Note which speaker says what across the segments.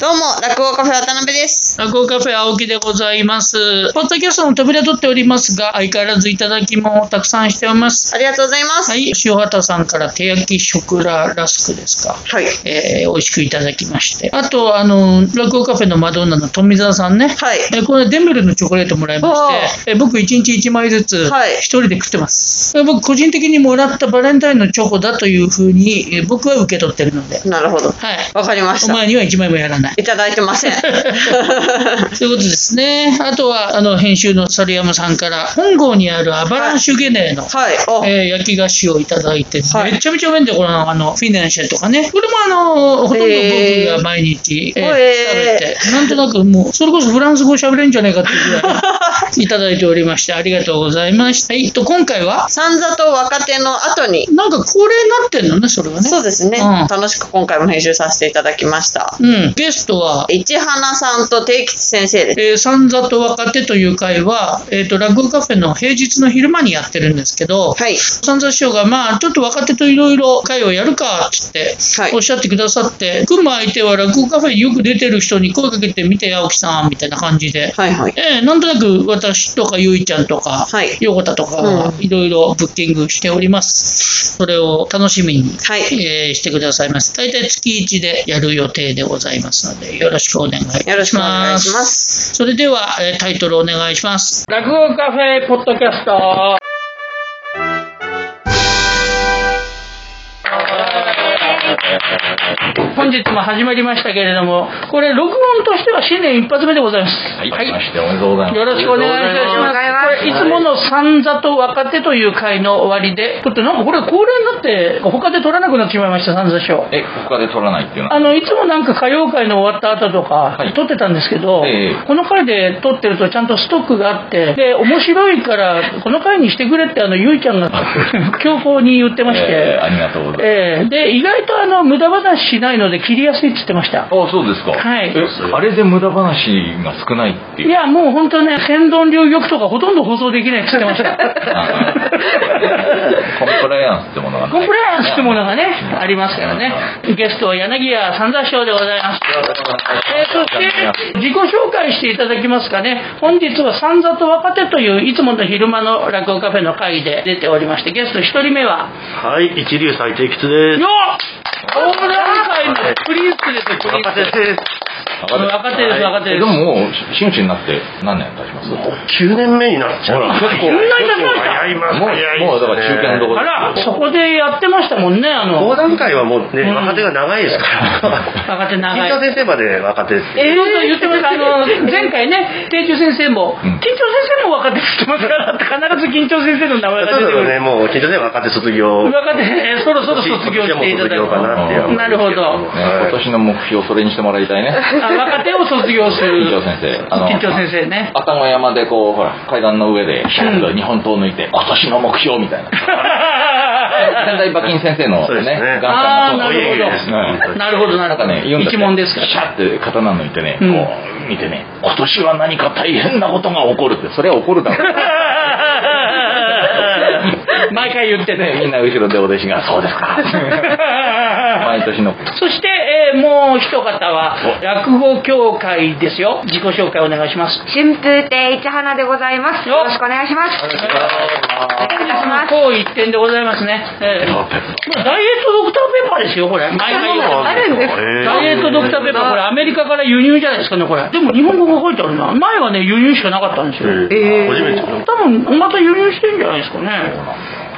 Speaker 1: どうも、落語カフェ渡辺です。
Speaker 2: 落語カフェ青木でございます。ポッドキャストの扉取っておりますが、相変わらずいただきもたくさんしております。
Speaker 1: ありがとうございます。
Speaker 2: は。い、塩畑さんから手焼きショクララスクですか。
Speaker 1: はい。
Speaker 2: えー美味しくいただきまして。あと、あの、落語カフェのマドンナの富澤さんね。
Speaker 1: はい。
Speaker 2: えーこれデンベルのチョコレートもらいまして、えー僕1日1枚ずつ
Speaker 1: はい
Speaker 2: 一人で食ってます、えー僕個人的にもらったバレンタインのチョコだというふうに、えー僕は受け取ってるので、はい、
Speaker 1: なるほど。わかりまし
Speaker 2: お
Speaker 1: た。
Speaker 2: 前には1枚もやらない
Speaker 1: いただいてませ ん。
Speaker 2: ということですね。あとは、あの、編集の猿山さんから、本郷にあるアバランシュゲネーの、
Speaker 1: はい。
Speaker 2: えー焼き菓子をいただいて、
Speaker 1: はい
Speaker 2: めちゃめちゃうまいんだよ、この、あの、フィナンシェとかね。これもあの、ほとんど
Speaker 1: へー
Speaker 2: 僕が毎日、えー
Speaker 1: ほえー
Speaker 2: 食べて、なんとなくもう、それこそフランス語喋れんじゃないかっていうぐらい、いただいておりまして、ありがとうございました。えっと、今回は
Speaker 1: お、、三座と若手の後に、
Speaker 2: なんか恒例になってんのね、それはね。
Speaker 1: そうですね、
Speaker 2: うん
Speaker 1: 楽しく今回も編集させていただきました。
Speaker 2: うん、ゲストは、
Speaker 1: 市花さんと定吉先生です。
Speaker 2: えー、三座と若手という会は、えー、と落語カフェの平日の昼間にやってるんですけど、
Speaker 1: はい。
Speaker 2: 三座師匠が、まあ、ちょっと若手といろいろ会をやるかっつって
Speaker 1: はい
Speaker 2: おっしゃってくださって、組む相手は落語カフェによく出てる人に声かけてみて、青木さんみたいな感じで、
Speaker 1: はいはい。
Speaker 2: えーなんとなく私とかゆいちゃんとか、
Speaker 1: はい
Speaker 2: 横田とか
Speaker 1: う、ん
Speaker 2: いろいろブッキングしております。それを楽しみに、
Speaker 1: はい
Speaker 2: えーしてくださいます。大体月1でやる予定でございますので、よろしくお願いいたします。
Speaker 1: よろしくお願いします。
Speaker 2: それでは、えータイトルお願いします。落語カフェポッドキャスト。本日も始まりましたけれども、これ録音としては新年一発目でございます。
Speaker 3: はい、はい、ましておめでとうございます。
Speaker 2: よろしくお願いいたします。これいつもの三座と若手という会の終わりで、ちょっとなんかこれ恒例になって、他で取らなくなってしまいました、三座賞。
Speaker 3: え、他で取らないっていうのは
Speaker 2: あの、いつもなんか歌謡会の終わった後とか
Speaker 3: は、い
Speaker 2: 撮ってたんですけど、
Speaker 3: ええ
Speaker 2: この回で撮ってるとちゃんとストックがあって、で、面白いから、この回にしてくれって、あの、ゆいちゃんが 強行に言ってまして、
Speaker 3: え
Speaker 2: え
Speaker 3: ー、ありがとうござい
Speaker 2: えで、意外とあの、無駄話しないので切りやすいって言ってました。
Speaker 3: ます。あ、そうですか。
Speaker 2: はい
Speaker 3: え、あれで無駄話が少ないっていう。
Speaker 2: いや、もう本当ね、天丼両玉とかほとんど放送できないって言ってました。
Speaker 3: あーコンプライアンスってものがない。
Speaker 2: コンプライアンスってものがね、ありますから
Speaker 3: は
Speaker 2: ね。ゲストは柳家三座師匠でございます。えーそして、自己紹介していただきますかね。本日は三座と若手という、いつもの昼間の落語カフェの会で出ておりまして、ゲスト一人目は、
Speaker 4: はい、一流最低吉で
Speaker 2: よ
Speaker 4: す。
Speaker 2: っオーラン会のプリンスですよ、プリン
Speaker 4: 若手
Speaker 2: ス。
Speaker 4: です。
Speaker 2: 若手です、若手
Speaker 3: え
Speaker 2: で。
Speaker 3: ですももう、真摯になって何年経ちますもう、
Speaker 4: 9年目になっちゃう。結
Speaker 2: そんなに経ちました
Speaker 4: 早います
Speaker 3: も
Speaker 4: 早いですね
Speaker 3: うだから中堅どこ
Speaker 2: あ
Speaker 3: ろ
Speaker 2: ら、そこでやってましたもんね、あの
Speaker 4: 講、談会はもうね、
Speaker 2: うん
Speaker 4: 若手が長いですから。
Speaker 2: 若手長
Speaker 4: 金
Speaker 2: い
Speaker 4: 田。先生まで若手です。
Speaker 2: ええ言ってますあの前回ね店長先生も
Speaker 3: うん
Speaker 2: 緊張先生も若手って言ってますからって必ず緊張先生の名前が
Speaker 4: た
Speaker 2: 出て
Speaker 4: だ
Speaker 2: く
Speaker 4: のね、
Speaker 2: る
Speaker 4: もう金田先生は若手卒業。
Speaker 2: 若手ねそろそろ卒業していただ
Speaker 4: 今年も卒業か
Speaker 2: く
Speaker 4: なっていう
Speaker 2: なるほど
Speaker 3: ね今年の目標、それにしてもらいたいね。
Speaker 2: あ若手を卒業する
Speaker 3: 緊張先生あの
Speaker 2: 緊張先生 ね
Speaker 3: 頭山でこう、ほら、階段の上で、シャーッと日本刀抜いて、私の目標みたいな。先代馬琴先生の
Speaker 4: そうですね
Speaker 3: ね、ガン
Speaker 2: あー
Speaker 3: の
Speaker 2: なるほど
Speaker 3: はい
Speaker 2: なるほどなる
Speaker 3: な
Speaker 2: ほ
Speaker 3: んか
Speaker 2: ど
Speaker 3: ね、言うんだって
Speaker 2: 一問ですから
Speaker 3: シャって刀抜いてね、
Speaker 2: うん
Speaker 3: こう見てね、今年は何か大変なことが起こるって、それは起こるだろう。
Speaker 2: 毎回言って
Speaker 3: ね、
Speaker 2: ね
Speaker 3: みんな後ろでお弟子が、そうですか。 毎年の。
Speaker 2: そして、えーもう一方は落語協会ですよ自己紹介お願いします
Speaker 5: 春風亭一花でございます。
Speaker 2: よっ
Speaker 5: よろしくお願いします。お願いいたします。
Speaker 2: こう一点でございますね、えーまあダイエットドクターペッパーですよこれ毎回言ってます
Speaker 5: あるんです
Speaker 2: ダイエットドクターペッパー、これアメリカから輸入じゃないですかね、これ。でも日本語が書いてあるな。前はね、輸入しかなかったんですよ。
Speaker 4: えー初めての。
Speaker 2: 多分、また輸入してんじゃないですかね。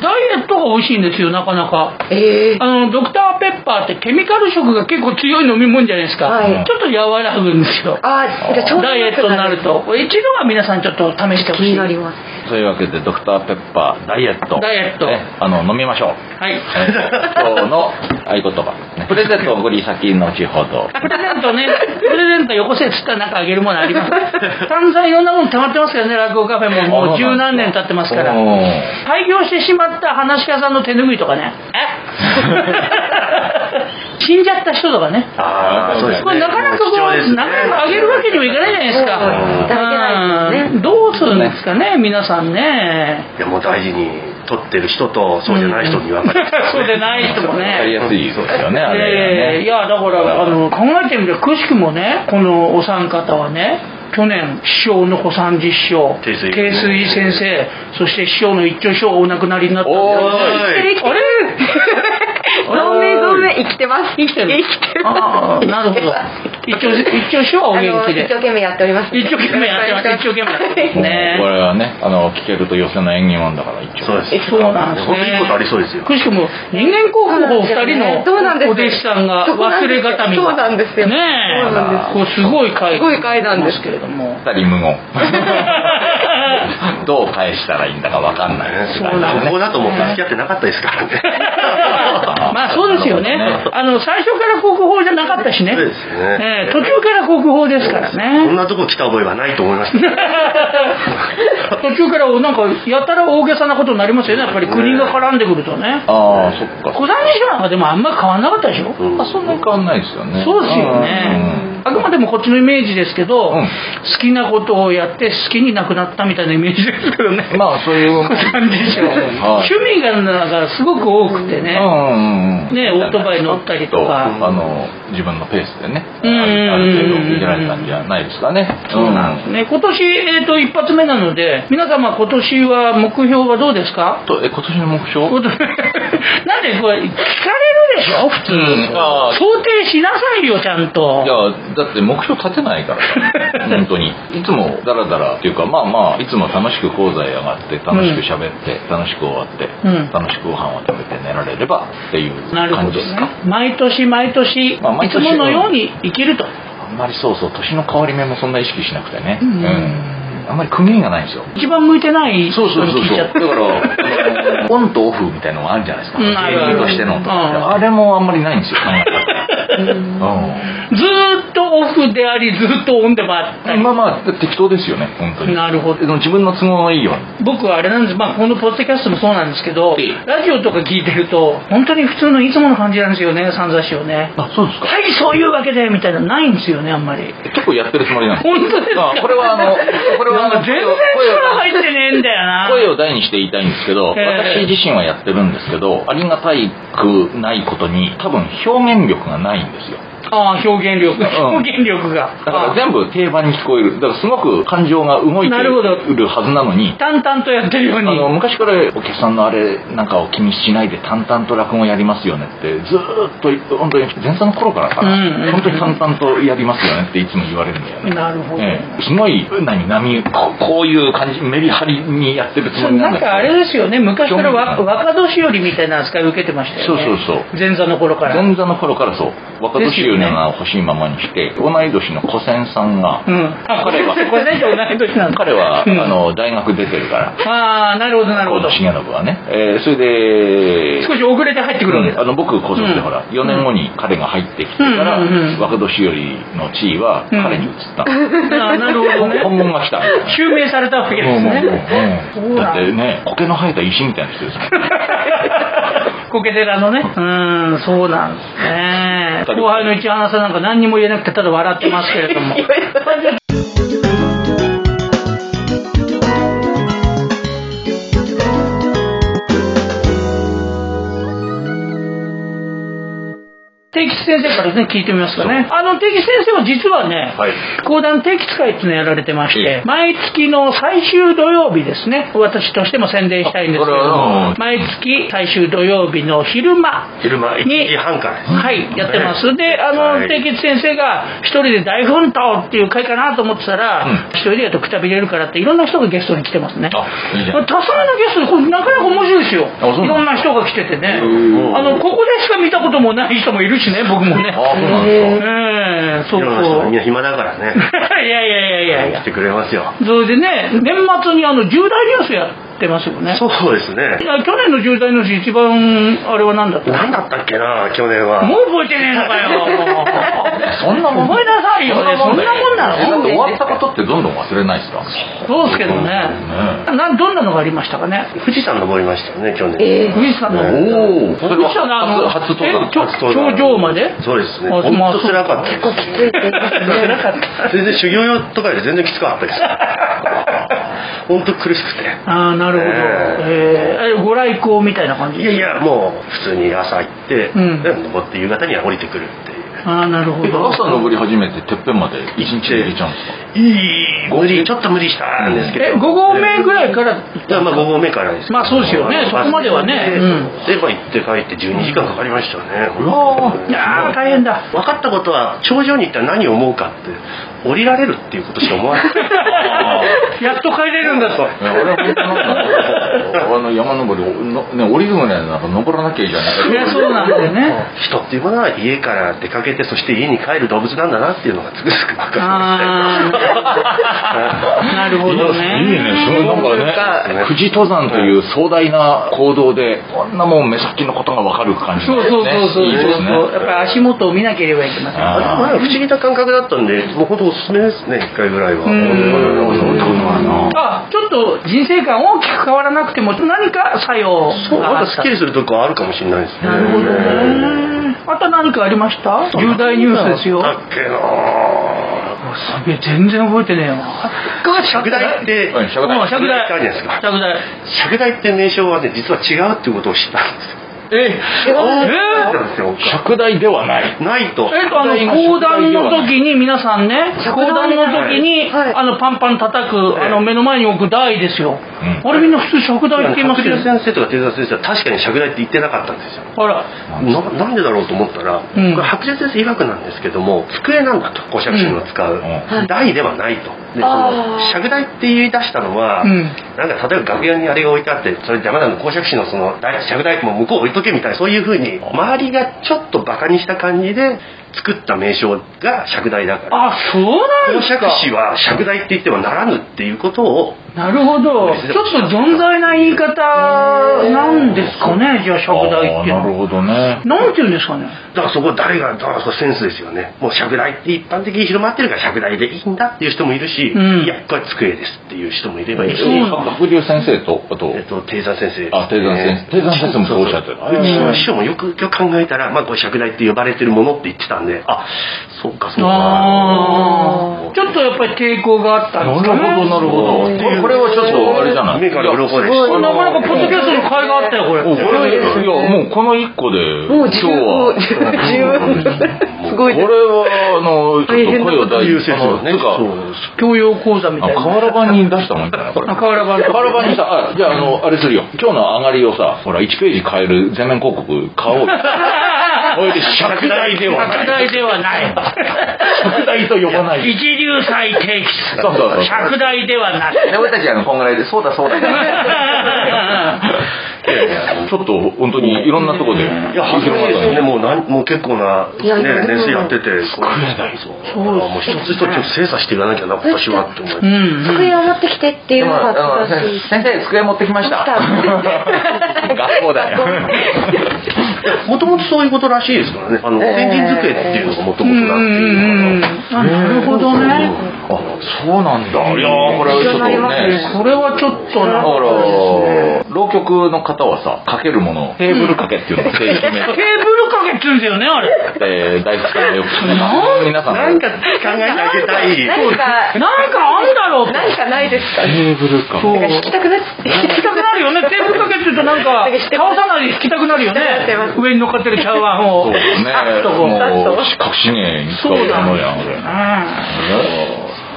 Speaker 2: ダイエットが美味しいんですよ、なかなか。
Speaker 5: え
Speaker 2: あの、ドクターペッパーってケミカル色が結構強い飲み物じゃないですか。
Speaker 5: はい
Speaker 2: ちょっと和らぐんですよ。
Speaker 5: あー、じゃあちょうど
Speaker 2: ダイエットになると。これ一度は皆さんちょっと試してほ
Speaker 5: 気
Speaker 2: しい。
Speaker 5: にな
Speaker 2: は
Speaker 5: り
Speaker 2: い。
Speaker 5: ます。
Speaker 3: というわけで、ドクターペッパー、ダイエット。
Speaker 2: ダイエット
Speaker 3: ねあの、飲みましょう。えー今日の合言葉、ねプレゼントを 送り先の地ほど。
Speaker 2: プレゼントね、プレゼントよこせっつったらなんかあげるものあ ります。散々いろんなもの溜まってますからね、落語カフェ も。もう十何年経ってますから。
Speaker 3: おー
Speaker 2: 廃業してしまった話し家さんの手拭いとかねえ 死んじゃった人とかね
Speaker 4: ああ、そうですね。
Speaker 2: これなかなかこ
Speaker 4: 貴重です
Speaker 2: う、
Speaker 4: ね
Speaker 2: なかなかあげるわけにもいかないじゃないです
Speaker 5: うんいただけない
Speaker 2: か
Speaker 5: ですね
Speaker 2: うんどうするんですかね皆さんね
Speaker 4: いや、もう大事に取取ってる人と、そうじゃない人に分かれてる、
Speaker 2: そうでない人も
Speaker 3: わかり
Speaker 2: ね。
Speaker 3: やすいですよね、あ
Speaker 2: えーい
Speaker 3: れがね。
Speaker 2: やだからあの考えてみればくしくもねこのお三方はね去年師匠の小三治師匠
Speaker 4: 定水
Speaker 2: 定水先生そして師匠の一丁師匠がお亡くなりになったん
Speaker 3: お
Speaker 2: で
Speaker 3: ーい。
Speaker 5: 生きてる生きて る存命存命生きてます
Speaker 2: 生きてる
Speaker 5: 生きてる
Speaker 2: ああなるほど一丁一丁師匠はお
Speaker 5: あの
Speaker 2: 元気
Speaker 5: 一
Speaker 2: で
Speaker 5: 生懸命やっております
Speaker 2: 一生懸命やってます一生懸命やってますね
Speaker 3: これはね、あの、聞けると寄せの演技もんだから、一応。
Speaker 4: そうです。
Speaker 2: そうなんですね
Speaker 4: 本当にいいことありそうですよ。
Speaker 2: くしくも人間国宝お二人の
Speaker 5: そうなんです
Speaker 2: お弟子さんが
Speaker 5: そう
Speaker 2: 忘
Speaker 5: なんです
Speaker 2: れがたみが
Speaker 5: そうなんですよ
Speaker 2: ねえ
Speaker 5: そうなんです
Speaker 2: これすごい回
Speaker 5: すごい回なんです
Speaker 2: けれども
Speaker 3: 二人無 言。どう返したらいいんだかわかんないです
Speaker 2: そうなんです
Speaker 4: ここだと思ったら付き合ってなかったですからね。
Speaker 2: まあそうですよね
Speaker 3: なるほどね
Speaker 2: あの最初から国宝じゃなかったしね
Speaker 4: そうですね
Speaker 2: ええ途中から国宝ですから
Speaker 4: こん
Speaker 2: ね
Speaker 4: なとこ来た覚えはないと思いました。
Speaker 2: 途中からなんかやたら大げさなことになりますよねやっぱり国が絡んでくるとね
Speaker 3: ああ、そっか。
Speaker 2: 小三治師匠なんかでもあんまり変わんなかったでしょ
Speaker 4: うん
Speaker 3: あそんなに変わんないですよね。
Speaker 2: そうですよね。あくまでもこっちのイメージですけど、
Speaker 3: うん
Speaker 2: 好きなことをやって好きになくなったみたいなイメージですけどね。
Speaker 3: うんまあ、そういう。
Speaker 2: こんな感じでしょ
Speaker 3: はい
Speaker 2: 趣味がなんかすごく多くて
Speaker 3: う
Speaker 2: ね。
Speaker 3: んうんうん。
Speaker 2: ねオートバイ乗ったりとか
Speaker 3: あの、自分のペースでね、あ
Speaker 2: うんうんうんうん
Speaker 3: る程度見られたんじゃないですかね。
Speaker 2: そうなんですね。今年、えっ、と、一発目なので、皆様今年は目標はどうですか
Speaker 3: とえ、今年の目標
Speaker 2: 今年なんでこれ、聞かれるでしょ普通。
Speaker 3: うんああ
Speaker 2: 想定しなさいよ、ちゃんと
Speaker 3: い。やだって目標立てないから 本当にいつもダラダラっていうかまあまあいつも楽しく講座へ上がって楽しく喋って、楽しく終わって、
Speaker 2: うん
Speaker 3: 楽しくご飯を食べて寝られればっていう
Speaker 2: なるほ
Speaker 3: 感
Speaker 2: ど
Speaker 3: じですか、
Speaker 2: ね。毎年毎年、
Speaker 3: まあ毎
Speaker 2: いつ
Speaker 3: 年
Speaker 2: ものように生きると。
Speaker 3: あんまりそうそう年の変わり目もそんな意識しなくてね
Speaker 2: う
Speaker 3: うんん、あんまり区切りがないんですよ
Speaker 2: 一番向いてない人
Speaker 3: そうそう
Speaker 2: に
Speaker 3: そう
Speaker 2: 聞
Speaker 3: そ
Speaker 2: いうちゃ
Speaker 3: だ
Speaker 2: った。
Speaker 3: からあのオンとオフみたいなのがあるじゃないですか、
Speaker 2: うんあるある
Speaker 3: 芸人としての、
Speaker 2: うん
Speaker 3: あれもあんまりないんですよ考え方 うん
Speaker 2: ずーっとオフであり、ずーっとオンでもあったり
Speaker 3: まあまあ適当ですよね本当に
Speaker 2: なるほど
Speaker 3: でも自分の都合のいいように
Speaker 2: 僕はあれなんです、まあ、このポッドキャストもそうなんですけど
Speaker 3: ええ、
Speaker 2: ラジオとか聞いてると、本当に普通のいつもの感じなんですよね、三座師をね。
Speaker 3: あそうですか
Speaker 2: はい、そういうわけで、みたいな、ないんですよね、あんまり。
Speaker 3: 結構やってるつもりなんです
Speaker 2: 本当ですか
Speaker 3: あこれはあのこれはあ
Speaker 2: なん
Speaker 3: の
Speaker 2: か全然
Speaker 3: 声を
Speaker 2: 力入ってねえんだよな。
Speaker 3: 声を大にして言いたいんですけど、
Speaker 2: ええ
Speaker 3: 私自身はやってるんですけどありがたいくないことに多分表現力がないんですよ
Speaker 2: ああ、表現力。
Speaker 3: うん
Speaker 2: 表現力が。
Speaker 3: だから全部定番に聞こえるだからすごく感情が動いて
Speaker 2: ないるほど
Speaker 3: るはずなのに
Speaker 2: 淡々とやってるよう
Speaker 3: あ
Speaker 2: に。
Speaker 3: の昔からお客さんのあれなんかを気にしないで淡々と落語やりますよねってずーっと本当に前座の頃からかな、
Speaker 2: うんうんうん
Speaker 3: 本当に淡々とやりますよねっていつも言われるんだよね
Speaker 2: なるほど
Speaker 3: ええすごい何波ここういう感じメリハリにやってるつも
Speaker 2: そう
Speaker 3: り
Speaker 2: な
Speaker 3: な
Speaker 2: ん
Speaker 3: だ
Speaker 2: ん
Speaker 3: けど
Speaker 2: かあれですよね昔からわ
Speaker 3: 興味が
Speaker 2: 若年寄りみたいな扱いを受けてましたよね
Speaker 3: そうそうそう
Speaker 2: 前座の頃から
Speaker 3: 前座の頃からそう若年寄りの名を欲しいままにして、同い年の古仙さんが、
Speaker 2: うんあこれ
Speaker 3: 彼 は
Speaker 2: これ大体同い年なんだ
Speaker 3: 彼は、
Speaker 2: うん
Speaker 3: あの大学出てるから
Speaker 2: ああなるほどなるほど
Speaker 3: 河野重信はね、えーそれで
Speaker 2: 少し遅れて入ってくるわけ
Speaker 3: うんあ
Speaker 2: だ
Speaker 3: の僕高卒
Speaker 2: うん
Speaker 3: でほら、4年後に彼が入ってきてから、
Speaker 2: うんうんうん
Speaker 3: 若年寄りの地位は彼に移った、
Speaker 2: あーなるほどね
Speaker 3: 本物が来たみたいな
Speaker 2: 襲名されたわけです
Speaker 3: もうもうもう
Speaker 2: ね
Speaker 3: う
Speaker 2: そうんだ
Speaker 3: だってね苔の生えた石みたいな人ですもん
Speaker 2: コケ寺のねうんそうなんですね後輩の市原さんなんか何にも言えなくてただ笑ってますけれども定吉先生からね聞いてみますかねあの定吉先生は実はね、
Speaker 4: はい。
Speaker 2: 講談定期会っていうのをやられてまして、
Speaker 3: え
Speaker 2: 毎月の最終土曜日ですね、私としても宣伝したいんですけれども
Speaker 3: あ、こ
Speaker 2: 毎月最終土曜日の昼間、
Speaker 4: 昼間1
Speaker 2: に
Speaker 4: 時半からです。
Speaker 2: はい、やってます。で、あ
Speaker 4: は
Speaker 2: の、
Speaker 4: い
Speaker 2: 定吉先生が一人で大奮闘っていう会かなと思ってたら
Speaker 3: うん、
Speaker 2: 一人でやるとくたびれるからって、いろんな人がゲストに来てますね。
Speaker 3: あいいじゃ
Speaker 2: まあ
Speaker 3: ん
Speaker 2: 多彩なゲストでこれなかなか面白いですよ
Speaker 3: そうなんだ
Speaker 2: いろんな人が来ててね
Speaker 3: うん
Speaker 2: あのここでしか見たこともない人もいるしね僕も ね
Speaker 3: あそうなんですか
Speaker 2: ええそう
Speaker 4: 世の人
Speaker 2: そう
Speaker 4: み
Speaker 2: ん
Speaker 4: な暇だからね。
Speaker 2: いやいやいやいやいや
Speaker 4: 来。てくれますよ。
Speaker 2: それでね、年末にあの重大ニュースやってますよね。
Speaker 4: そうです
Speaker 2: い
Speaker 4: ね。
Speaker 2: や去年の重大ニュース一番あれは何だった
Speaker 4: 何だったっけな、去年は。
Speaker 2: もう覚えてねえのか よ。
Speaker 3: そんなもん
Speaker 2: 覚えなさいよね。 そんなもん
Speaker 3: えだ
Speaker 2: な
Speaker 3: っ
Speaker 2: の
Speaker 3: て終わったことってどんどん忘れないですか
Speaker 2: そうですけどね。
Speaker 3: ね
Speaker 2: なんどんなのがありましたかね。
Speaker 4: 富士山登りましたよね、去年。
Speaker 5: え
Speaker 2: 富士山の。
Speaker 4: ね
Speaker 3: おおそ
Speaker 2: 富
Speaker 3: れ
Speaker 2: 士山のあの
Speaker 3: は初初登山
Speaker 2: えちょ
Speaker 4: 初登山
Speaker 2: 頂上まで。
Speaker 4: そうですね。
Speaker 2: あ
Speaker 4: 本
Speaker 2: まあ
Speaker 4: 当辛かったです。
Speaker 5: ー、ついてる
Speaker 2: 辛かった。
Speaker 4: 全然修行用とかより全然きつかったです。が本当苦しくて。
Speaker 6: ああ、なるほど。えー、えご来光みたいな感じ
Speaker 4: いやいや、もう普通に朝行って、
Speaker 6: うん
Speaker 4: で登って夕方には降りてくるっていう。
Speaker 6: ああ、なるほど。
Speaker 3: 朝登り始めててっぺんまで一日で行けちゃうんですか
Speaker 4: いい、無理、ちょっと無理したんですけど。
Speaker 6: え、5合目ぐらいから行っ
Speaker 4: い
Speaker 6: た
Speaker 4: や
Speaker 6: んで
Speaker 4: ますあ
Speaker 6: か
Speaker 4: 5合目からですけど
Speaker 6: まあそうですよねそこまではねうん
Speaker 4: でまあ行って帰って12時間かかりましたよね
Speaker 3: うわー
Speaker 6: いやー大変だ。
Speaker 4: 分かったことは頂上に行ったら何を思うかって降りられるっていうことしか思わない
Speaker 6: やっと帰れるんだと。
Speaker 3: いや俺は本当なんかあの山登りおの、ね、降りるぐらいなら登らなきゃいいじゃないか
Speaker 6: いや、そうなんだよ ね。
Speaker 4: 人っていうものは家から出かけてそして家に帰る動物なんだなっていうのがつくづく分かり
Speaker 6: あー、なるほどね。
Speaker 3: いいね、それなんかね、
Speaker 4: ね
Speaker 3: 富士登山という壮大な行動で、こんなもう目先のことがわかる感じ
Speaker 6: そうそうそうそうそう。
Speaker 3: いいですね。
Speaker 6: やっぱり足元を見なければいけません。
Speaker 3: あ
Speaker 4: ましたあでも不思議な感覚だったんでもう本当おすすめですね1回ぐらいは
Speaker 6: うん
Speaker 3: そうだな
Speaker 6: あ、ちょっと人生観大きく変わらなくても何か作用
Speaker 4: そう
Speaker 6: が
Speaker 4: ま
Speaker 6: あ
Speaker 4: だ
Speaker 6: っ
Speaker 4: す
Speaker 6: た
Speaker 4: っき。りするとこあるかもしれないですね
Speaker 6: なるほどね。あと何かありました重大ニュースですよ。
Speaker 4: だっけな
Speaker 6: もうすげえ全然覚えてねえよ。
Speaker 4: 尺台って
Speaker 3: うん尺
Speaker 6: うん
Speaker 3: 台
Speaker 6: 尺台。
Speaker 4: 尺台ですか
Speaker 6: 尺台。
Speaker 4: 尺台って名称はね実は違うっていうことを知ったんですよ
Speaker 3: え、
Speaker 4: そう
Speaker 6: え
Speaker 4: なんですよ
Speaker 3: 尺台ではない。
Speaker 4: ないと
Speaker 6: えっと、あの、講談の時に、皆さんね、講談の時に、
Speaker 5: はいはい
Speaker 6: あの、パンパン叩く、
Speaker 4: ええ
Speaker 6: あの、目の前に置く台ですよ。
Speaker 3: うん
Speaker 6: あれみんな普通尺台って言いますけど
Speaker 4: 白。先生とか手澤先生は確かに尺台って言ってなかったんですよ
Speaker 6: あら。
Speaker 4: ななんでだろうと思ったら、
Speaker 6: うん
Speaker 4: これ白先生曰くなんですけども机なんだと五尺神の使う、
Speaker 3: う
Speaker 4: 台ではないとでその尺台って言い出したのは、
Speaker 6: うん
Speaker 4: なんか例えば楽屋にあれが置いてあってそれ邪魔なの公爵士のその台尺台も向こう置いとけみたいなそういうふうに周りがちょっとバカにした感じで作った名称が尺台だから
Speaker 6: あ、そうなん
Speaker 4: 公
Speaker 6: です
Speaker 4: 爵
Speaker 6: か。
Speaker 4: 士は尺台って言ってはならぬっていうことを
Speaker 6: なるほど。ちょっと存在な言い方なんですかね、じゃあ尺台っていう
Speaker 3: なる
Speaker 6: の
Speaker 3: ほ
Speaker 6: は。
Speaker 3: どね。
Speaker 6: なんて言うんですかね。
Speaker 4: だからそこ誰がだからそれセンスですよねもう尺台って一般的に広まってるから尺台でいいんだっていう人もいるし、
Speaker 6: うん
Speaker 4: いやこれは机ですっていう人もいればいいし、
Speaker 6: そうなんだ
Speaker 3: 白龍先生と、あと
Speaker 4: え、っと、定山先生
Speaker 3: あ定山先生定山先生もそうおっしゃってた
Speaker 4: たうちの師匠もよくよく考えたら、まあ、これ尺台って呼ばれてるものって言ってたんであそうかそう
Speaker 6: あ
Speaker 4: か
Speaker 6: あ。ちょっとやっぱり抵抗があった
Speaker 3: なんる
Speaker 6: で
Speaker 3: ほ
Speaker 6: す
Speaker 3: ど、
Speaker 6: かね。
Speaker 3: なるほど。これこれはちょっと、あれじゃない。
Speaker 4: 目から鱗
Speaker 3: い
Speaker 4: です
Speaker 3: やすごい
Speaker 6: なかなかポッドキャストの甲斐があったよ、これ。
Speaker 3: もうこれ、いや、もうこの一個で、
Speaker 5: もう
Speaker 3: 今
Speaker 5: 十
Speaker 3: 日は
Speaker 5: 分、。 十分。すごい
Speaker 3: こ
Speaker 5: で
Speaker 3: れは、あの、ちょっと声を
Speaker 4: と
Speaker 3: 大
Speaker 4: い
Speaker 3: 事
Speaker 4: う
Speaker 3: に。
Speaker 4: 説をね
Speaker 3: あのてか
Speaker 4: そう
Speaker 6: 教養講座みたいな。
Speaker 3: 瓦版に出したもんじゃないこれ。
Speaker 6: あ瓦版
Speaker 3: 瓦版にさ、あじゃあ、あの、あれするよ。今日の上がりをさ、ほら、1ページ変える全面広告買おうよ。これで、尺台ではな
Speaker 6: 拡
Speaker 3: い。
Speaker 6: 大ではない。
Speaker 3: 尺台と呼ばない。
Speaker 6: 一流最低質。
Speaker 3: そうそうそう
Speaker 6: 拡大ではない。
Speaker 3: 俺たちあの、こんぐらいで、そうだそうだ。いやいや ちょっと、本当にいろんなとこで、
Speaker 4: いや初めてですねもうなんもう結構ない
Speaker 5: や
Speaker 4: ね
Speaker 5: いや
Speaker 4: 年数やっててこうそうもう一つ一つ精査していかなきゃな今年はって思います
Speaker 6: うん。
Speaker 5: 机上がってきてっていうのが正しい。
Speaker 3: 先生、机持ってきま した。学校だよ。
Speaker 4: もともとそういうことらしいですからね。あの、
Speaker 5: えー
Speaker 4: ペンギン机っていうのがもと
Speaker 6: うん
Speaker 4: もと
Speaker 6: うん
Speaker 4: だっていう
Speaker 6: う
Speaker 4: の
Speaker 6: ん
Speaker 4: が。
Speaker 6: あなるほどね。
Speaker 3: あ、そうなんだ。いやーこれはちょっと
Speaker 5: 勉強になります
Speaker 3: ね
Speaker 5: ね。
Speaker 6: これはちょっと
Speaker 3: だ
Speaker 6: な
Speaker 3: か、
Speaker 6: んから
Speaker 3: 浪曲の方はさ、かけるもの、テーブルかけっていうのが正式名
Speaker 6: テーブルかけっつうんですよね、あれ。
Speaker 3: で、大福さんがよく、皆さん、
Speaker 4: なんか考えてあげたい。
Speaker 5: なんか、
Speaker 6: なんかあんだろうと。
Speaker 5: なんかないですか
Speaker 3: テーブルか。
Speaker 6: そう
Speaker 5: なんか引きたくなっ
Speaker 6: 引きたくなるよね。テーブルかけって言うとなんか、倒さないで引きたくなるよね
Speaker 5: 引きたくなって。ま
Speaker 6: 上に乗っかってる茶碗
Speaker 3: そ
Speaker 6: を。
Speaker 3: うね
Speaker 6: あっ。とこう。
Speaker 3: もう、隠し芸に使うものやん、これ。
Speaker 6: うん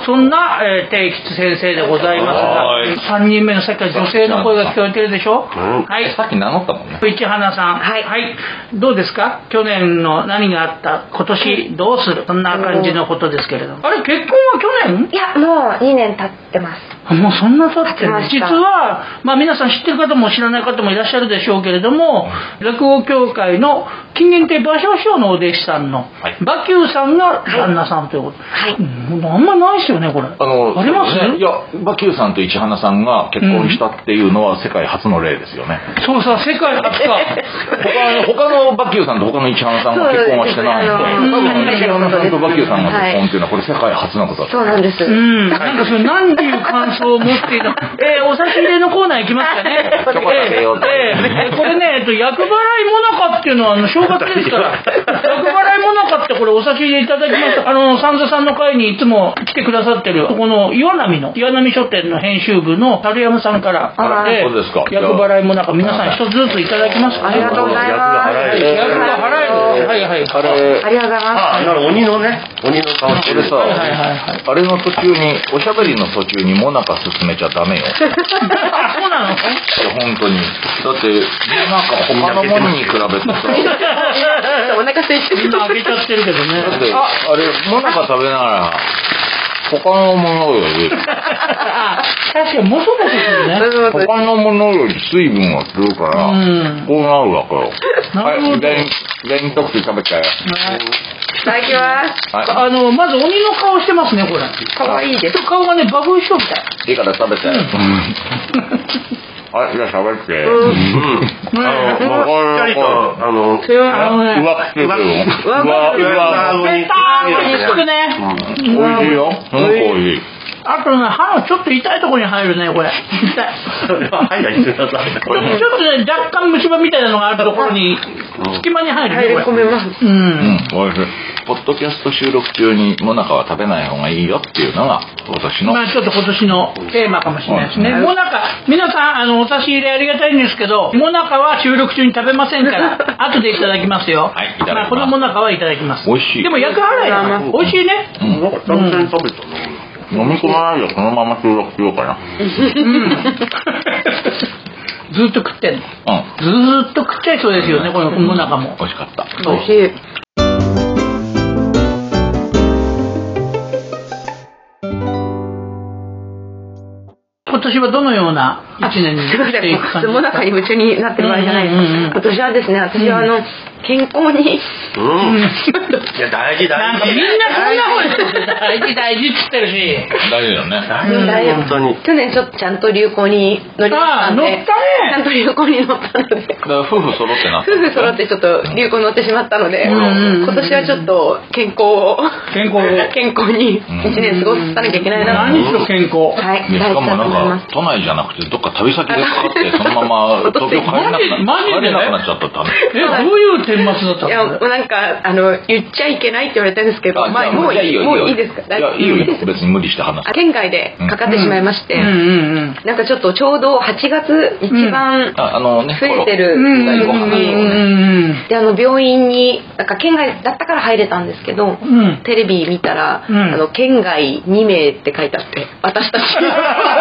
Speaker 6: そんな、えー、定吉先生でござい
Speaker 3: はー
Speaker 6: ま
Speaker 3: い
Speaker 6: すが、3人目のさっきから女性の声が聞こえてるでしょ、
Speaker 4: うん
Speaker 6: はい。
Speaker 3: さっき名乗ったもんね。
Speaker 6: 市花さん、
Speaker 5: はい
Speaker 6: どうですか去年の何があった今年どうするそんな感じのことですけれどもあれ結婚は去年
Speaker 5: いや、もう2年経ってます。
Speaker 6: もうそんな経ってる
Speaker 5: 経ちまし
Speaker 6: 実
Speaker 5: た
Speaker 6: は、まあ、皆さん知ってる方も知らない方もいらっしゃるでしょうけれども落語協会の金元亭芭蕉師匠のお弟子さんの
Speaker 3: い
Speaker 6: 馬球さんが旦那さんというこ
Speaker 5: は
Speaker 6: と、
Speaker 5: い
Speaker 6: うんあんまないですよねこれ
Speaker 3: あの、
Speaker 6: ります
Speaker 3: そうねいや、馬球さんと市花さんが結婚したっていうのは世界初の例ですよね。
Speaker 6: そうさ世界初か
Speaker 3: 他他の馬球さんと他の市花さんは結婚はしてないので、
Speaker 5: そう
Speaker 3: 多分
Speaker 5: で
Speaker 3: 市
Speaker 5: すねあの
Speaker 3: 花さんと馬球さんが結
Speaker 5: はい
Speaker 3: 婚っていうのはこれ世界初のことだと
Speaker 5: そうなんです。
Speaker 6: うんなんかそれ何ていう関そう思っている。えーお差し入れのコーナー行きますかね。
Speaker 3: チョコ食べようと
Speaker 6: えーえーこれね、えっと、厄払いもなかっていうのは、あの、正月です から、厄払いもなかってこれお差し入れいただきました。あの、三座さんの会にいつも来てくださってる、ここの岩波の、岩波書店の編集部の春山さんから、
Speaker 5: あら
Speaker 6: えー
Speaker 3: そうですか
Speaker 6: 厄払いもなか皆さん一つずついただき ますか
Speaker 5: ありがとうございま
Speaker 4: 役が払
Speaker 5: す。
Speaker 4: える
Speaker 6: 厄が払える。はいはい。
Speaker 3: あれ
Speaker 5: ありがとうござい
Speaker 4: あ
Speaker 5: ま
Speaker 4: あなるほど鬼のね鬼の顔して
Speaker 3: こ
Speaker 4: る
Speaker 3: れさ、
Speaker 6: はいはいはいはい。
Speaker 3: あれの途中におしゃべりの途中にモナカ進めちゃダメよ
Speaker 6: あ、そうなの
Speaker 3: いや本当にだってなんか他のものに比べてさ
Speaker 5: す。お腹空いて
Speaker 6: みん
Speaker 5: る。
Speaker 6: な開けちゃってるけど ね。
Speaker 3: だってあれモナカ食べながら他のものより
Speaker 6: あ確かにもそもそするね。
Speaker 3: 他のものより水分がするから、
Speaker 6: うん
Speaker 3: こうなるわけよ
Speaker 6: なる
Speaker 3: は
Speaker 6: ほど
Speaker 3: い左に左に特食べちゃえ
Speaker 5: いただきます。
Speaker 3: は
Speaker 6: あの、まず鬼の顔してますね、これ。
Speaker 5: 可愛いです。
Speaker 6: 顔がね、バフしようみたい。
Speaker 3: いいいから食べちゃえ、 はいじゃあ喋って
Speaker 4: うん
Speaker 6: うん
Speaker 4: あのもうしっかりとあの
Speaker 5: それは、
Speaker 6: あのね、
Speaker 3: 上手くてよ
Speaker 5: 上手
Speaker 3: 上
Speaker 5: くて
Speaker 3: 手上手
Speaker 6: ペターンにしとくね。
Speaker 3: 美味しいよ。すごく美味しい。
Speaker 6: あとね、歯のちょっと痛いところに入るね、これ。痛い。
Speaker 4: はいはいすいません
Speaker 6: ちょっとちょっとね、若干虫歯みたいなのがあるところに、隙間に入
Speaker 5: 入り
Speaker 6: るね、
Speaker 5: 込
Speaker 6: こ
Speaker 5: め
Speaker 6: れ。
Speaker 5: ます。
Speaker 6: う。
Speaker 3: うんん、美味しい。ポッドキャスト収録中にモナカは食べない方がいいよっていうのが私の。
Speaker 6: まあちょっと今年のテーマかもしれないですね。
Speaker 3: うん
Speaker 6: もなか、皆さん、あの、お差し入れありがたいんですけど、もなかは収録中に食べません から、後でいただきますよ。
Speaker 3: はいいただきます
Speaker 6: あこのもなかはいただきます。
Speaker 3: 美味しい
Speaker 6: でも、薬払いだから美味しいね。
Speaker 3: うん、
Speaker 4: なんか久々に食べたな
Speaker 3: 飲み込まないでこのまま収録しようかな。
Speaker 6: ずーっと食ってんの。
Speaker 3: う
Speaker 6: ずーっと食っちゃいそうですよね、このもなか
Speaker 3: ん、
Speaker 6: も
Speaker 3: 美。味しかった。
Speaker 5: 美味しい。
Speaker 6: 今年はどのような一年に
Speaker 5: すいま
Speaker 6: し
Speaker 5: せ
Speaker 6: ていくか
Speaker 5: ん、もなかに夢中になってる場合じゃないです。
Speaker 6: うんうんうんうん
Speaker 5: 今年はですね、私はあの、健康
Speaker 4: う
Speaker 5: に、
Speaker 4: んいや大事
Speaker 6: な
Speaker 4: 大
Speaker 6: んかみん
Speaker 4: 事
Speaker 6: なそんな方言ってる大事大事って言ってるし。
Speaker 3: 大事だよね。
Speaker 4: 大
Speaker 6: うん
Speaker 4: 事本当に
Speaker 5: 去年ちょっとちゃんと流行に乗りましたんで、
Speaker 6: あー乗ったね
Speaker 5: ちゃんと流行に乗ったので。
Speaker 3: だから夫婦揃ってなった
Speaker 5: 夫。婦揃ってちょっと流行に乗ってしまったので、
Speaker 6: うんうんうん
Speaker 5: 今年はちょっと健康を
Speaker 6: 健康を
Speaker 5: 健康に一年過ごさなきゃいけないなと、
Speaker 6: 何しろ健康。
Speaker 5: はい
Speaker 3: でしか
Speaker 5: 大事
Speaker 3: も
Speaker 5: だと思
Speaker 3: なんか都内
Speaker 5: います
Speaker 3: じゃなくてどっか旅先でかか ってそのまま東京帰れなくな
Speaker 6: マジ
Speaker 3: 帰
Speaker 6: マジ
Speaker 3: れ
Speaker 6: で
Speaker 3: なくなっちゃったって
Speaker 6: え、どういう顛末だった
Speaker 5: いや
Speaker 6: の
Speaker 5: もうなんかあの言っちゃいけないって言われたんですけど、
Speaker 3: あ
Speaker 5: まあ、
Speaker 3: じゃあ
Speaker 5: もうい
Speaker 3: じゃあ
Speaker 5: いもういいですか
Speaker 3: いやいいよいいよ別に無理して話す
Speaker 5: あ県外でかかってしまいまして、
Speaker 6: うんうんうん。
Speaker 5: なんかちょっとちょうど8月一番
Speaker 3: ああのね
Speaker 5: 増えてる
Speaker 6: うん
Speaker 3: 第五波
Speaker 5: うんうん
Speaker 6: うん
Speaker 5: であの病院になんか県外だったから入れたんですけど、
Speaker 6: うん
Speaker 5: テレビ見たら、
Speaker 6: うん
Speaker 5: あの県外2名って書いてあって私たち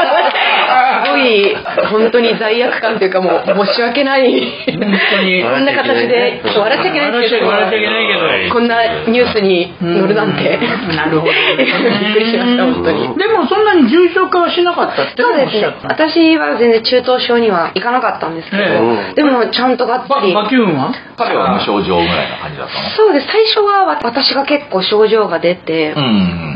Speaker 5: すごい本当に罪悪感というかもう申し訳ない
Speaker 6: 本当に
Speaker 5: こんな形で笑っちゃいけないですけど
Speaker 6: 笑っちゃいけない
Speaker 3: けど
Speaker 5: こんなニュースに載るなんて、
Speaker 6: うんなるほ
Speaker 5: び
Speaker 6: ど
Speaker 5: っくりしました本当に。
Speaker 6: でもそんなに重症化はしなかったって
Speaker 5: そう
Speaker 6: お
Speaker 5: で
Speaker 6: っ
Speaker 5: す
Speaker 6: し
Speaker 5: ね
Speaker 6: ゃったの
Speaker 5: 私は全然中等症にはいかなかったんですけど、
Speaker 4: ええ
Speaker 5: でもちゃんとがっつり
Speaker 6: ババキューンは
Speaker 3: 彼は無症状ぐらいな感じだったの
Speaker 5: そうです最初は私が結構症状が出て
Speaker 3: う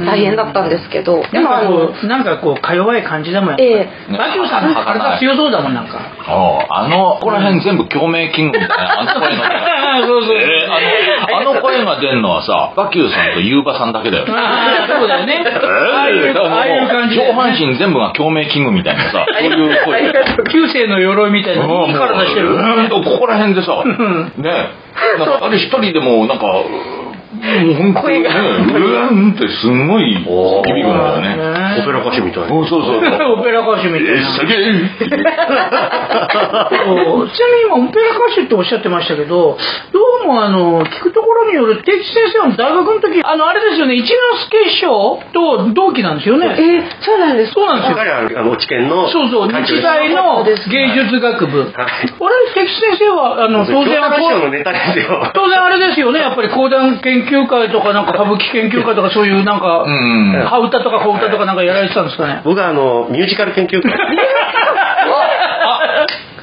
Speaker 3: ん
Speaker 5: 大変だったんですけど、で
Speaker 6: なん
Speaker 5: もあの
Speaker 6: かこうなんかこうか弱い感じでもやっぱり
Speaker 5: ええ
Speaker 6: バキューンさんの体強そうだもんなんか
Speaker 3: おうあのここら辺全部共鳴器具みたいなあの声の
Speaker 6: そうそう
Speaker 3: えーあのあの声が出るのはさバキューさんとユーバさんだけだよ
Speaker 6: ああそうだよね
Speaker 3: えー
Speaker 6: ああいうああいう感じ
Speaker 3: 上半身全部が共鳴器具みたいなさそういう声
Speaker 6: 旧世の鎧みたいな
Speaker 3: もう
Speaker 6: いい体してる
Speaker 3: うーんとここら辺でさ、ねえ、なんかあれ一人でもなんか、もう本当にね、うーんってすごい響くんだよね。
Speaker 4: オペラ歌手みたい な
Speaker 3: おそうそうそう。
Speaker 6: オペラ歌手み
Speaker 3: え
Speaker 6: たいな
Speaker 3: すげえ。
Speaker 6: そうちなみに今オペラ歌手っておっしゃってましたけどどうもあの聞くところによる定吉先生の大学の時あのあれですよね一之輔師匠と同期なんですよね
Speaker 5: えーそうなんです
Speaker 6: そうなんですよ
Speaker 4: 彼はあの知見の
Speaker 6: そうそう日大の芸術学部あれ
Speaker 4: はい
Speaker 6: 敵先生はあの当然あ
Speaker 4: 教科書の
Speaker 6: れ
Speaker 4: ネタですよ
Speaker 6: 当然あれですよねやっぱり講談研究会とかなんか歌舞伎研究会とかそういうなんか
Speaker 3: うん。
Speaker 6: 羽歌とか小歌とかなんかやられてたんですかね
Speaker 4: 僕はあのミュージカル研究会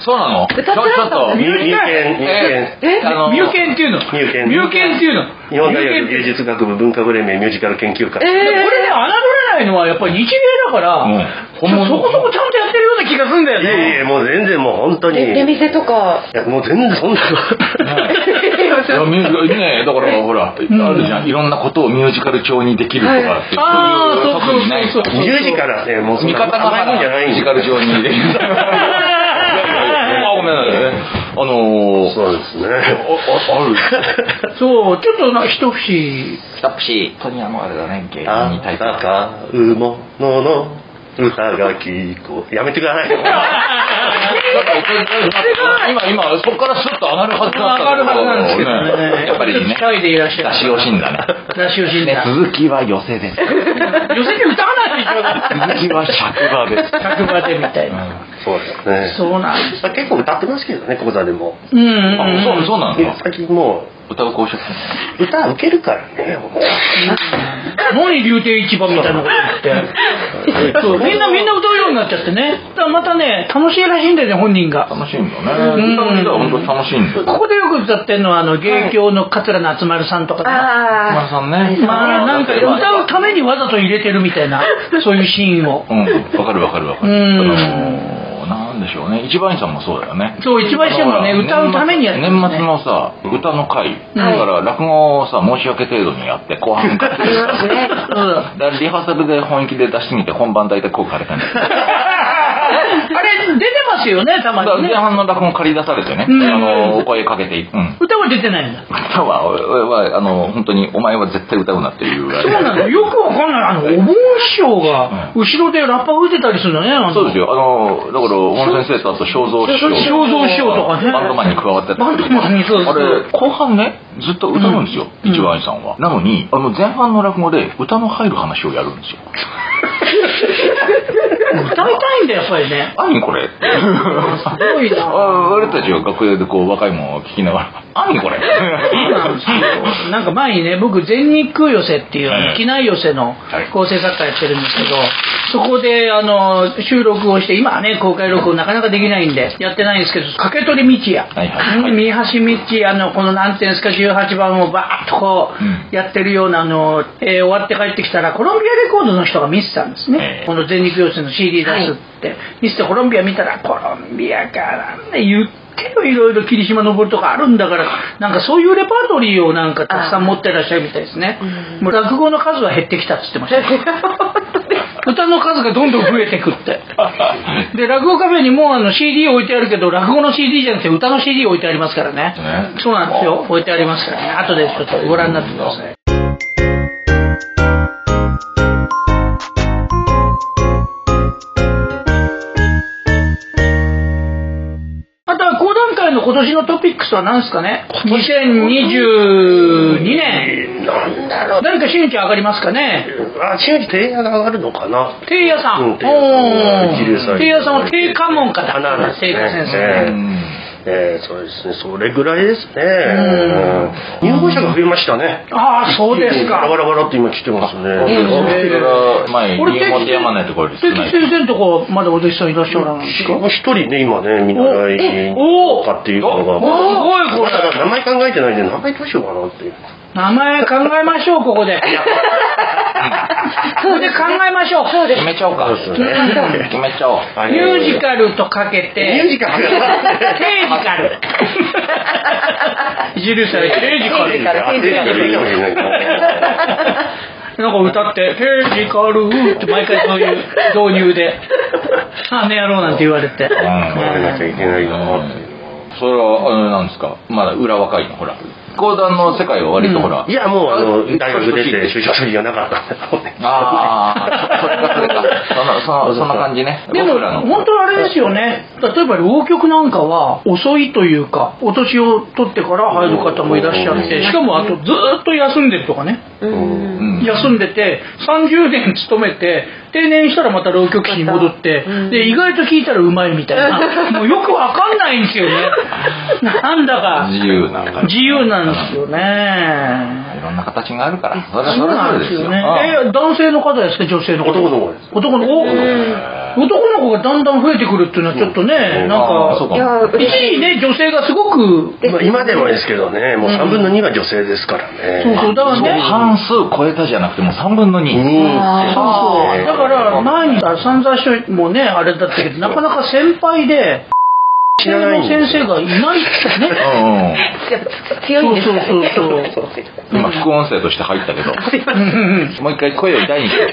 Speaker 3: そうなの。ちょちょっと。
Speaker 4: 入入研入
Speaker 3: え
Speaker 4: 研
Speaker 3: えあの
Speaker 6: ミューケンっていうの
Speaker 4: ミューケン
Speaker 6: ミューケンっていうの
Speaker 4: 日本大学
Speaker 6: ミューケンっていう
Speaker 4: 芸術学部文化部連盟ミュージカル研究会、
Speaker 6: これね侮れないのはやっぱり日芸だから、
Speaker 3: うん
Speaker 6: そそこそこちゃんとやってるような気がするんだよ
Speaker 4: いやいや
Speaker 6: ね
Speaker 4: もう全然もう本当に
Speaker 5: え出
Speaker 4: い
Speaker 5: 店とか
Speaker 4: やもう全然そんなの
Speaker 3: いやミュージカルねだからほら、あるじゃんいろんなことをミュージカル調にできるとかって、
Speaker 6: あー
Speaker 3: そういう特技ない
Speaker 6: そうそうそ う
Speaker 4: ミュージカルはね、もうそん
Speaker 3: 味
Speaker 4: な
Speaker 3: 方の
Speaker 4: 甘いもんじゃない
Speaker 3: ミュー
Speaker 4: ん
Speaker 3: ジカル調に できるあごめんなさいねあのー
Speaker 4: そうです
Speaker 3: あ
Speaker 4: ね。
Speaker 3: あある
Speaker 6: そう、ちょっとな、一節。
Speaker 3: スタップシートニアのあれだね芸人
Speaker 4: あ
Speaker 3: に対
Speaker 4: た
Speaker 3: する
Speaker 4: かうものの歌が聞こえ。やめてくださいよ。
Speaker 3: 今今そこからスッと上がるはずだ
Speaker 6: わ
Speaker 3: った
Speaker 6: かるはずなんですけどね。
Speaker 3: やっぱりね
Speaker 6: 機械 でいらっしゃ
Speaker 3: 出し
Speaker 6: る。
Speaker 3: 惜しん だね
Speaker 6: 出し惜しんだ。
Speaker 3: 続きは寄せです続
Speaker 6: 寄せて歌わないでしょだっ
Speaker 3: き
Speaker 6: て。
Speaker 3: は尺場です
Speaker 6: 100までみたいな。
Speaker 4: そうですね。
Speaker 6: そうなんです。
Speaker 4: 結構歌ってますけどね、講座でも。
Speaker 6: うんうん
Speaker 3: あ
Speaker 6: うん。
Speaker 3: そうそうなんだ
Speaker 4: 最近も
Speaker 3: 歌う公職
Speaker 4: う、歌受けるからね、もう
Speaker 6: 何竜亭市場みたいなこと言って。そう、みんなみんな歌うようになっちゃってね。だからまたね、楽しいらしいんだよね、本人が。
Speaker 3: 楽しいんだね歌う人は本当に楽しいんだ
Speaker 6: こ
Speaker 3: よ
Speaker 6: こでよく歌ってるのは、あの、芸協の桂夏丸さんとかね。
Speaker 5: あ
Speaker 3: 丸さんね
Speaker 6: まあ、なんか歌うためにわざと入れてるみたいな、そういうシーンを。
Speaker 3: うんわかるわかるわかる
Speaker 6: うん
Speaker 3: あのーなんでしょうね一番員さんもそうだよね
Speaker 6: そう、一番下もね、歌うためにやってる、ね。
Speaker 3: 年末のさ歌の会だ
Speaker 6: はい
Speaker 3: から落語をさ申し訳程度にやって後半がっつりやって
Speaker 6: うん。
Speaker 3: だからリハーサルで本気で出しすぎて本番大体効果あれたんだけど
Speaker 6: あれ、出てますよね、た ま
Speaker 3: だから
Speaker 6: に
Speaker 3: 前
Speaker 6: ね。
Speaker 3: 半の落語借り出されてね、
Speaker 6: うん
Speaker 3: あのお声かけて、うん、
Speaker 6: 歌は出てないんだ。
Speaker 3: 歌は俺はあの本当にお前は絶対歌うなっていうぐらい
Speaker 6: そうなの よくわかんない。あの、お盆師匠が、後ろでラッパ吹いてたりするのね、あの
Speaker 3: そうですよあのだから小野先生とあと正蔵師匠
Speaker 6: 肖像師匠とかね。
Speaker 3: バンドマンに加わってた
Speaker 6: バンドマンにそうです
Speaker 3: あれ後半ねずっと歌うんですよ、一番愛さんはなのにあの前半の落語で歌の入る話をやるんですよ
Speaker 6: 歌いたいんだよ、やっぱりね。
Speaker 3: 何これって
Speaker 6: すごい
Speaker 3: あ
Speaker 6: な。
Speaker 3: 俺たちは楽屋でこう若いもんを聞きながら何これ
Speaker 6: そうなんですよなんか前にね僕全日空寄せっていうあ
Speaker 3: は
Speaker 6: の
Speaker 3: い
Speaker 6: 機内寄せの
Speaker 3: はい
Speaker 6: 構成作家やってるんですけどそこであの収録をして今はね公開録音なかなかできないんでやってないんですけど駆け取り道や、
Speaker 3: はいはいはい
Speaker 6: うん三橋道あのこのなんていうんですか18番をバーッとこう
Speaker 3: うん
Speaker 6: やってるようなあの、えー終わって帰ってきたらコロンビアレコードの人が見てたんですね
Speaker 3: え、え
Speaker 6: この全日空寄せの CD 出すって、見せてコロンビア見たらコロンビアからね言ってよいろいろ霧島登るとかあるんだからなんかそういうレパートリーをなんかたくさん持ってらっしゃるみたいですねもう落語の数は減ってきたっつってました歌の数がどんどん増えてくってで落語カフェにもうあの CD 置いてあるけど落語の CD じゃなくて歌の CD 置いてありますからね
Speaker 3: ね
Speaker 6: そうなんですよ置いてありますからね後でちょっとご覧になってくださいあとは講談会の今年のトピックスは何ですかね2022年
Speaker 4: なんだろう。
Speaker 6: 誰かしんちゃん上がりますかね
Speaker 4: あ、新規提案が上がるのかな。
Speaker 6: 定屋さん。
Speaker 4: うん定屋さんは一流
Speaker 6: おー
Speaker 4: 祭
Speaker 6: 定屋さんは定家門かだ。
Speaker 4: 花ですね
Speaker 6: 定家先
Speaker 3: う
Speaker 6: 生。
Speaker 3: ん
Speaker 4: えー、そうですね、それぐらいですね。う
Speaker 6: う
Speaker 4: ん入門者が増えましたね。
Speaker 6: ああ、そうですか
Speaker 4: バ。ラバラバラって今来てますね。
Speaker 3: そうですねだから前
Speaker 6: 俺、
Speaker 3: 家持てやまないところです
Speaker 6: 定期先生のとこ、まだお弟子さんいらっしゃらないんですか
Speaker 4: もう一人ね、今ね、見習い
Speaker 6: お
Speaker 4: とかっていうの
Speaker 6: お
Speaker 4: が。
Speaker 6: ーすごいこれ
Speaker 4: まだ名前考えてないんで、名前どうしようかなっていう。
Speaker 6: 名前考えましょう、ここで。ここで考えましょう。そう
Speaker 3: 決めちゃおうか
Speaker 4: そうですね
Speaker 3: 決めちゃおう
Speaker 4: あの
Speaker 6: ミュージカルとかけて、
Speaker 4: ミュージカル
Speaker 6: 定時カル。一流され定時カル。
Speaker 4: あテレビがいいかもしれない
Speaker 6: なんか歌って、定時カルって毎回そういう導入で、あの野郎なんて言われて。
Speaker 4: 考えなきゃいけないなっていう。
Speaker 3: それはあれなんですかまだ裏若いのほら講談の世界は割とほら、
Speaker 4: いや、もう、あの、大学出て
Speaker 3: あ
Speaker 4: 就職する気がなかったんで。
Speaker 3: ああそれかそれかそのそのそんな感じね
Speaker 6: でも
Speaker 3: 僕らの
Speaker 6: 本当あれですよね例えば浪曲なんかは遅いというかお年を取ってから入る方もいらっしゃってしかもあとずーっと休んでるとかね
Speaker 5: ーうん
Speaker 3: うん
Speaker 6: 休んでて30年勤めて定年したらまた浪曲師に戻ってで意外と聴いたらうまいみたいな もうよくわかんないんですよねなんだか
Speaker 3: 自由な感じ
Speaker 6: 自由なんですよね
Speaker 3: いろんな形があるからそれは
Speaker 6: そ
Speaker 3: そうれはそ
Speaker 6: なん
Speaker 3: れで
Speaker 6: で
Speaker 3: すすよ
Speaker 6: よね。え、男性の方ですか、女性の方。
Speaker 4: 男の子です
Speaker 6: 男の子。お男の子がだんだん増えてくるっていうのはちょっとね、
Speaker 4: うん
Speaker 6: なん
Speaker 3: あそうか
Speaker 6: か。
Speaker 5: いや
Speaker 6: 一
Speaker 5: 嬉し
Speaker 6: 時
Speaker 5: い
Speaker 6: ね、女性がすごく。
Speaker 4: まあ今でもですけどね、もう3分の2は女性ですからね。
Speaker 6: そうそう、だから
Speaker 3: そう
Speaker 6: ね。
Speaker 3: 半数超えたじゃなくてもう3分の2、
Speaker 4: うん
Speaker 6: そうそう。だから、前にさ、散々しもね、あれだったけど、なかなか先輩で。先の先生がいないってね。
Speaker 3: うんうん。
Speaker 5: 強いんですからね。
Speaker 6: そうそうそう
Speaker 3: 今、副音声として入ったけど、
Speaker 6: うん
Speaker 3: もう一回声を大にして。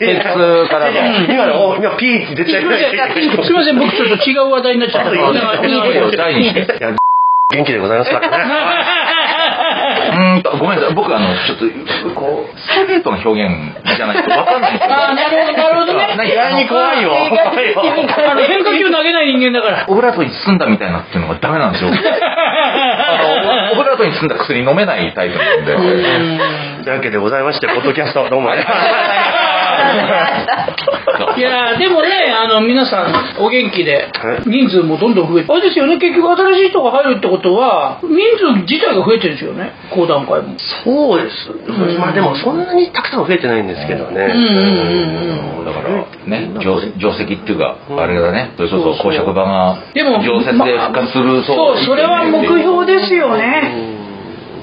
Speaker 3: 鉄からの。
Speaker 4: 今のお今ピーって出ちゃいました
Speaker 6: すいません、僕ちょっと違う話題になっちゃった
Speaker 4: い
Speaker 3: 声を大にして。
Speaker 4: いや元気でございますからね
Speaker 3: うーんと、ごめんなさい。僕、あの、ちょっと、こう、ストレートな表現じゃないと分かんないんですよ。
Speaker 6: あーなるほどなるほどね
Speaker 3: なんか
Speaker 4: 意外に怖いよ怖いよ
Speaker 6: あの変化球投げない人間だから。
Speaker 3: オブラートに包んだみたいなっていうのがダメなんですよ。あの、オブラートに包んだ薬飲めないタイプなんで。
Speaker 4: というわけでございましてポッドキャストどうもありがとうございました
Speaker 6: いやーでもね、あの皆さんお元気で
Speaker 4: はい
Speaker 6: 人数もどんどん増えて、あれですよね、結局新しい人が入るってことは人数自体が増えてるんですよね、講談会も。
Speaker 4: そうです、まあでもそんなにたくさんは増えてないんですけどね、
Speaker 6: んうん
Speaker 3: だからね、定定石っていうか、あれだね、それこそ公爵場が
Speaker 6: でも
Speaker 3: 定石で復活する
Speaker 6: そう、それは目標ですよね。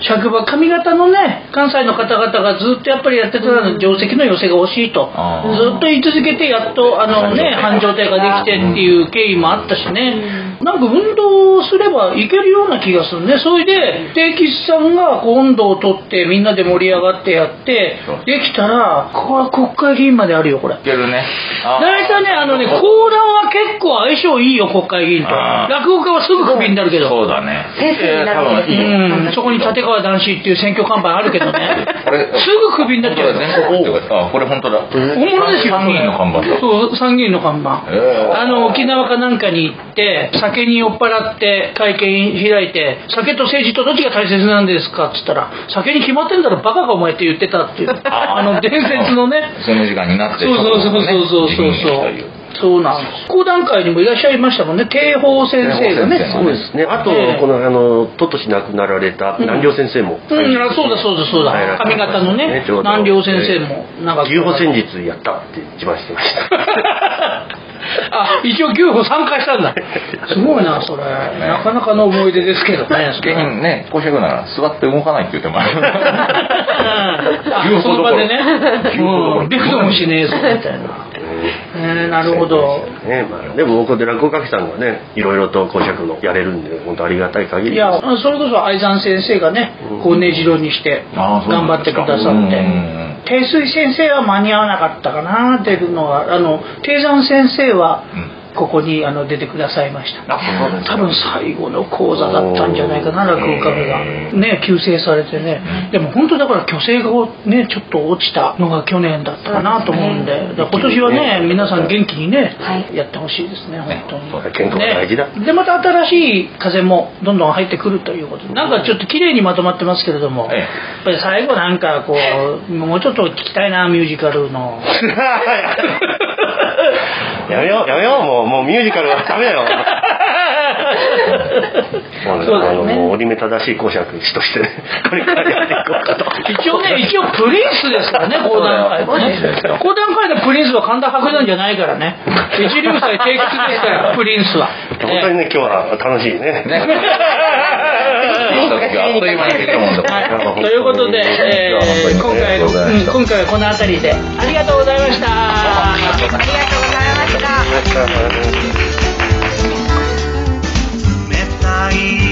Speaker 6: 尺馬上方のね関西の方々がずっとやっぱりやってたの定石の寄せが欲しいと
Speaker 3: あー
Speaker 6: ずっと言い続けてやっとあのね繁盛店ができてっていう経緯もあったしねなんか運動をすればいけるような気がするねそれで定吉さんがこう温度を取ってみんなで盛り上がってやってできたらここは国会議員まであるよこれ
Speaker 3: いけるね。あ
Speaker 6: 大体ねあのね講談は結構相性いいよ国会議員と
Speaker 3: あー
Speaker 6: 落語家はすぐクビになるけど
Speaker 3: そうだね。
Speaker 5: 先生になるんですね
Speaker 3: いや多分いいよ
Speaker 6: うん、そこに立川談志っていう選挙看板あるけどね
Speaker 3: これ
Speaker 6: すぐクビになっちゃう
Speaker 3: 本当だ全国ってかあ、これ本当だ。
Speaker 6: 本物ですよ
Speaker 3: 参議院の看板だ
Speaker 6: そう参議院の看板、
Speaker 3: ええ
Speaker 6: あの沖縄かなんかに行って酒に酔っ払って会見開いて酒と政治とどっちが大切なんですかっつったら酒に決まってんだろバカかお前って言ってたっていうあの伝説のね
Speaker 3: その時間になって、
Speaker 6: そうそうそうそうそう
Speaker 3: ち
Speaker 6: そ
Speaker 3: ょっとね
Speaker 6: うそう
Speaker 3: 辞任したとい
Speaker 6: そうなんです講談会にもいらっしゃいましたもんね帝鳳先生がね
Speaker 3: 帝
Speaker 4: そうですねあと
Speaker 6: ええ
Speaker 4: このあのとっとし亡くなられた南陵先生も、
Speaker 6: うん、あそうだそうだそうだ髪型のね
Speaker 4: ちょうど
Speaker 6: 南陵先生もなんか
Speaker 4: 牛歩戦術やったって自慢してました
Speaker 6: あ一応牛歩参加したんだ すごいなそれなかなかの思い出ですけどねそれ
Speaker 3: 芸 人ね、公爵なら座って動かないって言ってもある。
Speaker 6: あ
Speaker 3: 牛歩どころ
Speaker 6: その場でね
Speaker 3: 牛歩どころ
Speaker 6: うんびくともしねえぞみたいな、 えー、なるほど
Speaker 4: ねまあ、でも僕で落語家さんがねいろいろと講釈のやれるんで本当ありがたい限りで
Speaker 6: い
Speaker 4: す
Speaker 6: やそれこそ愛山先生がねこうねじろにして
Speaker 3: あーそうな
Speaker 6: 頑
Speaker 3: ん
Speaker 6: 張っ
Speaker 3: で
Speaker 6: て
Speaker 3: す
Speaker 6: く
Speaker 3: か
Speaker 6: ださっ
Speaker 3: うんうんう
Speaker 6: て
Speaker 3: ん
Speaker 6: 定水先生は間に合わなかったかなっていうのはあの定山先生は
Speaker 3: う
Speaker 6: ここにあの出てくださいました
Speaker 3: あそうなんですか
Speaker 6: 多分最後の講座だったんじゃないかな
Speaker 4: おー
Speaker 6: 落語家が
Speaker 3: へ
Speaker 6: ね急成されて
Speaker 3: う
Speaker 6: ね
Speaker 3: ん
Speaker 6: でも本当だから虚勢がねちょっと落ちたのが去年だったかなと思うんでだから今年はね皆さん元気にね
Speaker 5: はい
Speaker 6: やってほしいですね本当に。
Speaker 4: 健康が大事だ、
Speaker 6: ねでまた新しい風もどんどん入ってくるということでなんかちょっと綺麗にまとまってますけれども、
Speaker 3: ええ
Speaker 6: やっぱり最後なんかこうもうちょっと聞きたいなミュージカルの
Speaker 4: やめようやめようもうもうミュージカルはダメだ よもうね
Speaker 6: そうだ
Speaker 4: あ
Speaker 6: よ
Speaker 4: の
Speaker 6: ね
Speaker 4: もう折り目正しい講釈師として、 ね、これからやっていこうかと
Speaker 6: 一応 ね一応プリンスですからね講談会
Speaker 3: そうだよそうですよ
Speaker 6: ね講談会のプリンスは神田伯山じゃないからね一流祭定吉で すからプリンスは、
Speaker 4: 本当にね今日は楽しいね
Speaker 3: ね。あっという間にできるもんだもん
Speaker 6: はいということで、えー今回の、うん今回はこの辺りでありがとうございました
Speaker 5: ありがとうございました。
Speaker 7: 冷たい